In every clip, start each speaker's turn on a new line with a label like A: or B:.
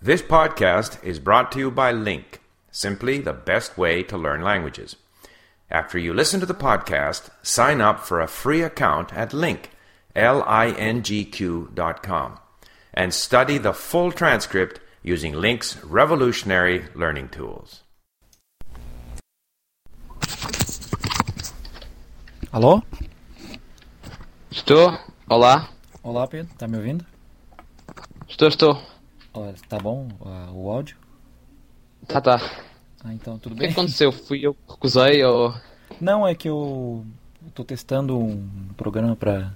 A: This podcast is brought to you by Link, simply the best way to learn languages. After you listen to the podcast, sign up for a free account at Link, L-I-N-G-Q dot com, and study the full transcript using Link's revolutionary learning tools.
B: Alô?
C: Estou? Olá?
B: Olá, Pedro. Tá me ouvindo?
C: Estou, estou.
B: Olha, tá bom ah, o áudio?
C: Tá, tá.
B: Ah, então tudo
C: O que
B: bem?
C: aconteceu? Fui eu que recusei ou.
B: Não, é que eu tô testando um programa pra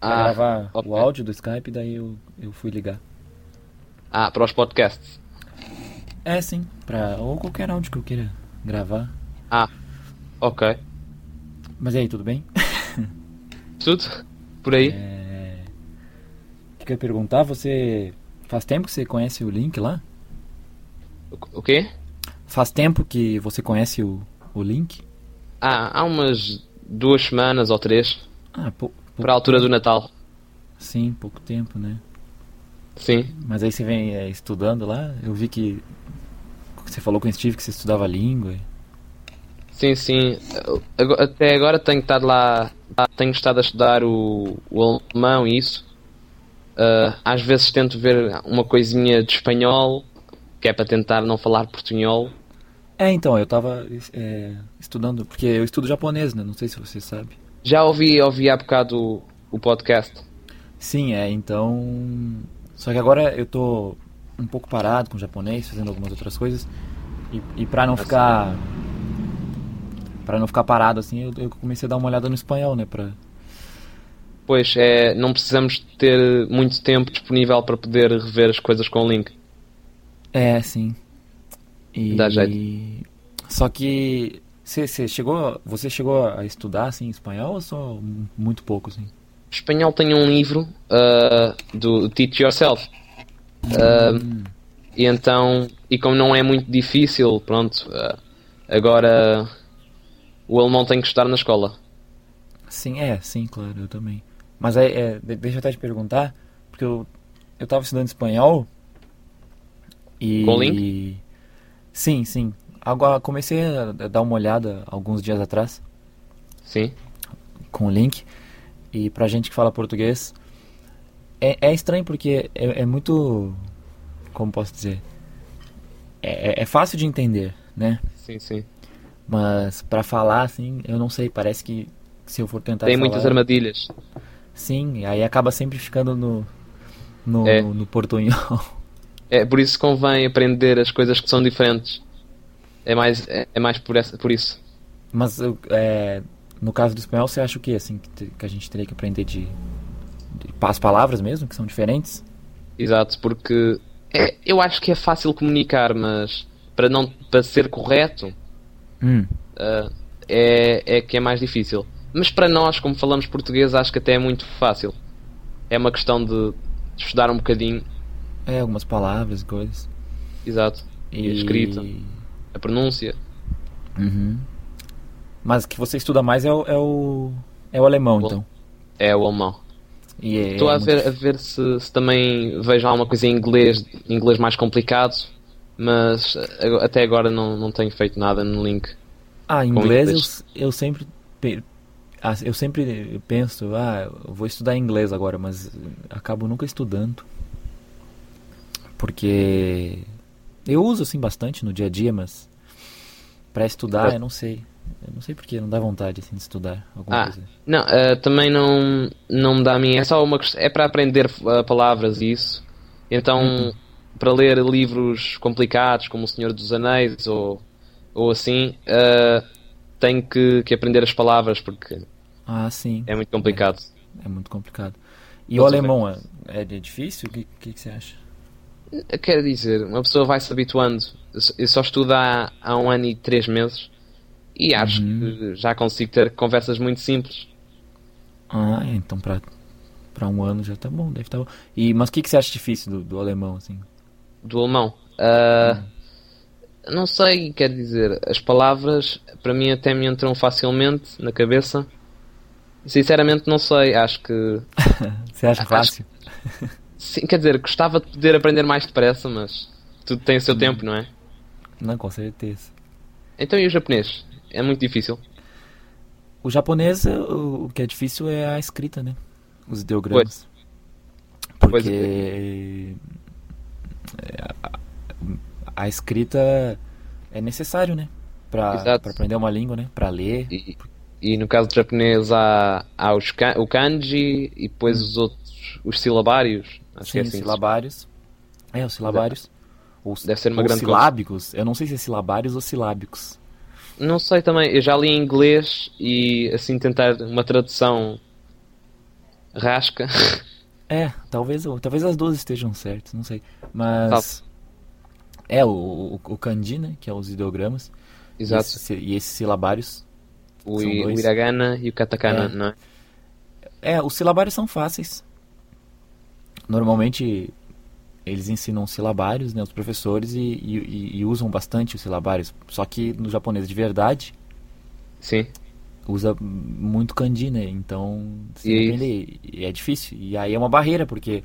C: Ah,
B: pra gravar
C: ok.
B: o áudio do Skype, daí eu, eu fui ligar.
C: Ah, para os podcasts.
B: É, sim, pra, ou qualquer áudio que eu queira gravar.
C: Ah, ok.
B: Mas e aí, tudo bem?
C: Tudo? Por aí?
B: É. O que eu ia perguntar, você... Faz tempo que você conhece o Link lá?
C: O o quê?
B: Faz tempo que você conhece o, o Link?
C: Ah, há umas duas semanas ou três.
B: Ah, pou- pou-
C: Para a altura do Natal.
B: Sim, pouco tempo, né?
C: Sim.
B: Mas aí você vem é, estudando lá, eu vi que... Você falou com o Steve que você estudava língua... e-
C: Sim, sim. Eu- ago- Até agora tenho estado lá. lá- Tenho estado a estudar o, o alemão e isso. Ah, às vezes tento ver uma coisinha de espanhol, que é para tentar não falar portunhol.
B: É, então, eu tava é, estudando, porque eu estudo japonês, né? Não sei se você sabe.
C: Já ouvi, ouvi há bocado o, o podcast.
B: Sim, é, então. Só que agora eu tô um pouco parado com o japonês, fazendo algumas outras coisas. E, e pra não ficar. Pra não ficar parado assim, eu, eu comecei a dar uma olhada no espanhol, né? Pra...
C: Pois é, não precisamos ter muito tempo disponível para poder rever as coisas com o link.
B: É, sim. E...
C: Dá
B: Só que. Você você chegou, você chegou a estudar assim espanhol ou só muito pouco assim?
C: O espanhol tem um livro ah, do Teach Yourself. Ah, E então, e como não é muito difícil, pronto, ah, agora o alemão tem que estar na escola.
B: Sim, é, sim, claro, eu também. Mas aí, é, de- deixa eu até te perguntar, porque eu, eu tava estudando espanhol e...
C: Com
B: Sim, sim. Agora, comecei a dar uma olhada alguns dias atrás
C: Sim.
B: com o link, e pra gente que fala português, é, é estranho porque é, é muito... Como posso dizer? É, é- é fácil de entender, né?
C: Sim, sim.
B: Mas pra falar, assim, eu não sei, parece que se eu for tentar
C: Tem muitas
B: falar-
C: armadilhas.
B: Sim, aí acaba sempre ficando no, no,
C: É.
B: no portunhol.
C: É por isso que convém aprender as coisas que são diferentes. É mais, é, é mais por, essa, por isso.
B: Mas eu, é, no caso do espanhol, você acha o quê? Assim, que, te- que a gente teria que aprender de, de- as palavras mesmo, que são diferentes?
C: Exato, porque é- eu acho que é fácil comunicar, mas para não para ser correto
B: Hum.
C: ah, é, é que é mais difícil. Mas para nós, como falamos português, acho que até é muito fácil. É uma questão de estudar um bocadinho,
B: É, algumas palavras, coisas.
C: exato,
B: E...
C: a escrita, a pronúncia.
B: Uhum. Mas o que você estuda mais é o, é o, é o alemão,
C: Bom.
B: então.
C: É o alemão.
B: E é-
C: Estou
B: é
C: a
B: muito-
C: ver, a ver se, se também vejo alguma coisa em inglês, inglês mais complicado, mas ah, até agora não, não tenho feito nada no link.
B: Ah, em inglês eu,
C: inglês.
B: s- eu sempre pe- ah, eu sempre penso, ah, eu vou estudar inglês agora, mas acabo nunca estudando. Porque eu uso assim bastante no dia a dia, mas pra estudar,
C: Pra-
B: eu não sei. Eu não sei porque não dá vontade assim de estudar alguma
C: Ah,
B: coisa.
C: não, ah, também não, não me dá a mim. É só uma questão. É para aprender ah, palavras e isso. Então,
B: Uhum.
C: para ler livros complicados, como O Senhor dos Anéis ou, ou assim, ah, tenho que, que aprender as palavras porque
B: Ah, sim,
C: é muito complicado.
B: é muito complicado. E
C: Mas
B: o
C: eu
B: alemão é, é de- difícil? O que, que, que você acha? É.
C: Quer dizer, uma pessoa vai se habituando. Eu só- Eu só estudo há, há um ano e três meses e acho
B: Uhum.
C: que já consigo ter conversas muito simples.
B: Ah, é, então pra, pra um ano já tá bom, deve tá bom. E, mas o que, que você acha difícil do, do alemão, assim?
C: do alemão. Ah, Não sei, quer dizer, as palavras para mim até me entram facilmente na cabeça. Sinceramente, não sei, acho que.
B: Você acha
C: Acho-
B: fácil?
C: Sim, quer dizer, gostava de poder aprender mais depressa, mas tudo tem o seu tempo, não é?
B: Não, com certeza.
C: Então e o japonês? É muito difícil.
B: O japonês, o o que é difícil é a escrita, né? Os ideogramas. Porque
C: Pois
B: é, a- a escrita é necessário, né? Pra,
C: Exato.
B: pra aprender uma língua, né? Pra ler.
C: E, e no caso do japonês há, há os kan- o kanji e depois os outros, os silabários. Acho que
B: Sim,
C: é
B: os
C: assim.
B: silabários. É, os silabários. Ou, s-
C: Deve ser uma
B: ou
C: grande
B: silábicos. Eu não sei se é silabários ou silábicos.
C: Não sei também, eu já li em inglês e assim tentar uma tradução rasca.
B: É, talvez, eu- talvez as duas estejam certas, não sei. Mas.
C: Talvez.
B: É, o, o, o kanji, né? Que é os ideogramas.
C: Exato.
B: Esse- e esses silabários.
C: O,
B: São
C: i- o
B: dois.
C: hiragana e o katakana,
B: É.
C: não é?
B: É, os silabários são fáceis. Normalmente eles ensinam silabários, né, os professores, e, e- e usam bastante os silabários. Só que no japonês de verdade
C: Sim.
B: usa muito kanji, né? Então se
C: Isso.
B: depende, e é difícil. E aí é uma barreira, porque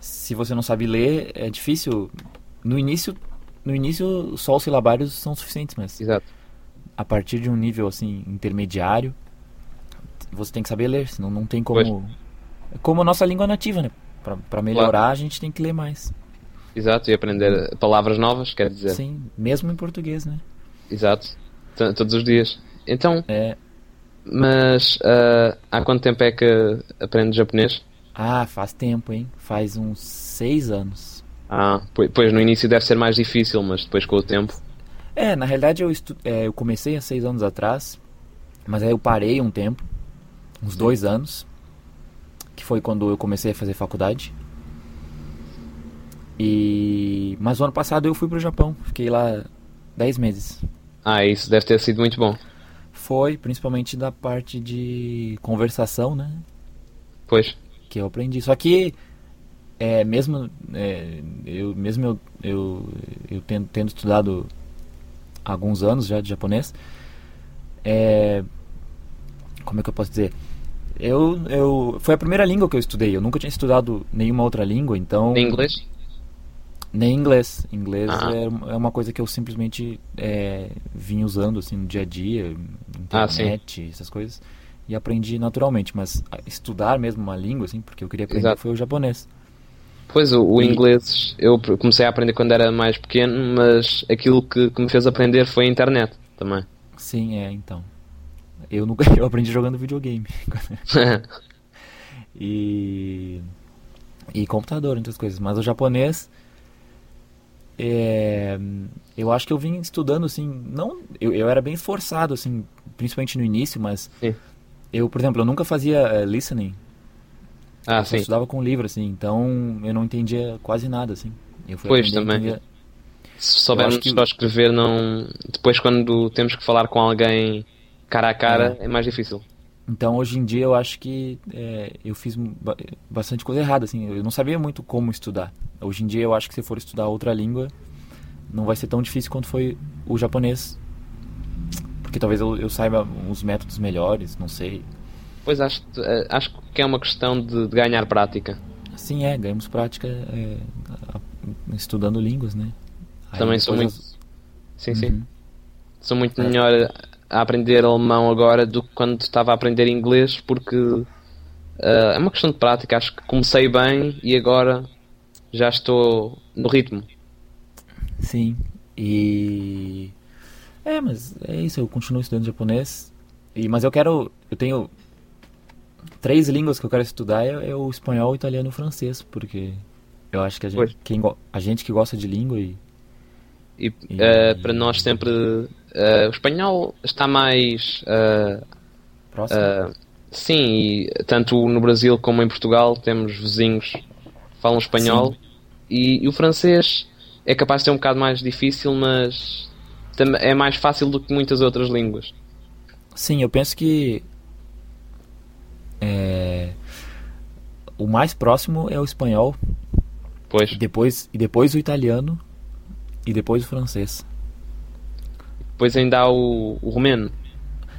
B: se você não sabe ler, é difícil. No início, no início só os silabários são suficientes, mas
C: Exato.
B: a partir de um nível assim intermediário, você tem que saber ler, senão não tem como. É Como a nossa língua nativa, né? Pra, pra melhorar, a gente tem que ler mais.
C: Exato, e aprender palavras novas, quer dizer.
B: Sim, mesmo em português, né?
C: Exato. T- Todos os dias. Então,
B: É.
C: mas ah, há quanto tempo é que aprende japonês?
B: Ah, faz tempo, hein? Faz uns seis anos.
C: Ah, pois, pois no início deve ser mais difícil, mas depois com o tempo.
B: É, na realidade eu, estu... é, eu comecei há seis anos atrás, mas aí eu parei um tempo, uns dois anos, que foi quando eu comecei a fazer faculdade. E mas o ano passado eu fui pro Japão, fiquei lá dez meses.
C: Ah, isso deve ter sido muito bom.
B: Foi principalmente da parte de conversação, né?
C: Pois.
B: que eu aprendi. Só que é, mesmo é, eu mesmo eu eu, eu tendo, tendo estudado há alguns anos já de japonês, é, como é que eu posso dizer? Eu, eu foi a primeira língua que eu estudei. Eu nunca tinha estudado nenhuma outra língua, então
C: Em inglês?
B: nem inglês. Inglês
C: Ah.
B: é um- é, uma coisa que eu simplesmente é, vim usando assim no dia a dia,
C: Ah, sim.
B: internet, essas coisas, e aprendi naturalmente. Mas a- estudar mesmo uma língua, assim, porque eu queria aprender,
C: Exato.
B: foi o japonês.
C: Pois, o, o
B: E-
C: inglês eu pr- comecei a aprender quando era mais pequeno, mas aquilo que, que me fez aprender foi a internet também.
B: Sim, é, então. Eu nunca, eu aprendi jogando videogame e e computador, entre as coisas. Mas o japonês é, eu acho que eu vim estudando assim, não, eu, eu era bem forçado assim, principalmente no início, mas
C: Sim.
B: eu, por exemplo, eu nunca fazia eh, listening,
C: ah,
B: eu só
C: sim.
B: estudava com livro assim, então eu não entendia quase nada assim. Eu fui
C: Pois,
B: aprender a
C: também.
B: entender-
C: Se soubermos
B: acho que-
C: só escrever, não. Depois, quando temos que falar com alguém cara a cara,
B: Hum.
C: é mais difícil.
B: Então hoje em dia eu acho que eh, eu fiz ba- bastante coisa errada, assim, eu não sabia muito como estudar. Hoje em dia eu acho que se for estudar outra língua, não vai ser tão difícil quanto foi o japonês. Porque talvez eu, eu saiba uns métodos melhores, não sei.
C: Pois acho, que- eh, acho que é uma questão de, de ganhar prática.
B: Assim é, ganhamos prática eh, a- estudando línguas, né? Aí
C: Também sou
B: depois
C: muito.
B: as-
C: Sim, sim.
B: Uhum.
C: Sou muito
B: É.
C: melhor a aprender alemão agora do que quando estava a aprender inglês, porque eh, é uma questão de prática. Acho que comecei bem e agora já estou no ritmo.
B: Sim. E. É, mas é isso, eu continuo estudando japonês. E, mas eu quero. Eu tenho três línguas que eu quero estudar: é, é o espanhol, o italiano e o francês, porque eu acho que a
C: Pois.
B: gente, quem go- a gente que gosta de língua e.
C: E
B: E-
C: eh, para nós sempre eh, o espanhol está mais eh,
B: Próximo.
C: Sim, e tanto no Brasil como em Portugal temos vizinhos que falam espanhol e, e o francês é capaz de ser um bocado mais difícil, mas tam- é mais fácil do que muitas outras línguas.
B: Sim, eu penso que. é, o mais próximo é o espanhol,
C: Pois,
B: e depois, e depois o italiano, e depois o francês.
C: depois ainda há o, o romeno.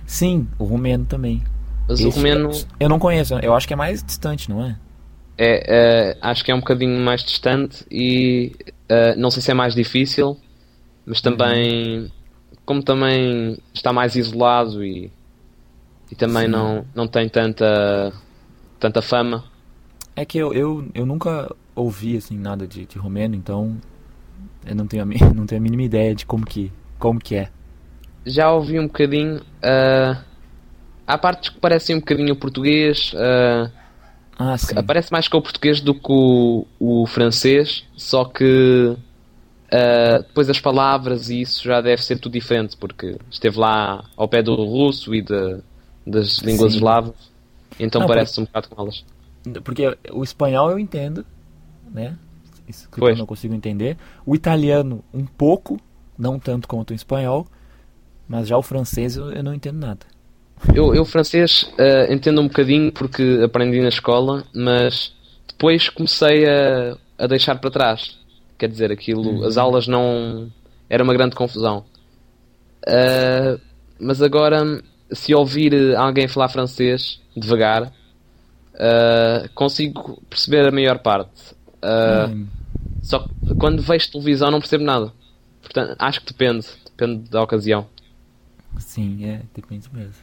B: Sim, o rumeno também.
C: Mas o
B: Esse-
C: romeno
B: Eu não conheço, eu acho que é mais distante, não é?
C: é, é, acho que é um bocadinho mais distante e é, não sei se é mais difícil, mas também como também está mais isolado e, e também
B: Sim.
C: não, não tem tanta, tanta fama.
B: É que eu, eu, eu nunca ouvi assim nada de, de romeno, então eu não tenho, a, mi- não tenho a mínima ideia de como que, como que é.
C: Já ouvi um bocadinho. ah, há partes que parecem um bocadinho o português. ah,
B: Ah, sim.
C: Parece mais com o português do que o, o francês, só que ah, depois as palavras e isso já deve ser tudo diferente, porque esteve lá ao pé do russo e de- das línguas
B: Sim.
C: eslavas, então
B: Não,
C: parece um bocado com elas.
B: Porque o espanhol eu entendo, né? Isso que eu
C: Pois.
B: não consigo entender. O italiano, um pouco, não tanto quanto o espanhol, mas já o francês eu, eu não entendo nada.
C: Eu, eu francês ah, entendo um bocadinho porque aprendi na escola, mas depois comecei a, a deixar para trás. Quer dizer, aquilo, as aulas não. Era uma grande confusão. Ah, mas agora, se ouvir eh, alguém falar francês, devagar, ah, consigo perceber a maior parte. Ah,
B: Hum,
C: Só que quando vejo televisão não percebo nada. Portanto, acho que depende. Depende da ocasião.
B: sim, é, depende mesmo.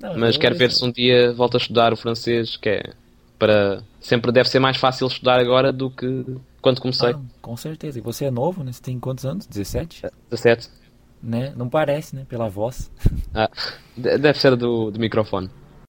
B: Não,
C: Mas
B: eu-
C: quero ver se um dia volto a estudar o francês, que é para. Sempre deve ser mais fácil estudar agora do que quando comecei.
B: Ah, com certeza. E você é novo, né? Você tem quantos anos? 17?
C: 17.
B: Né? Não parece, né? Pela voz.
C: Ah, de- deve ser do, do microfone.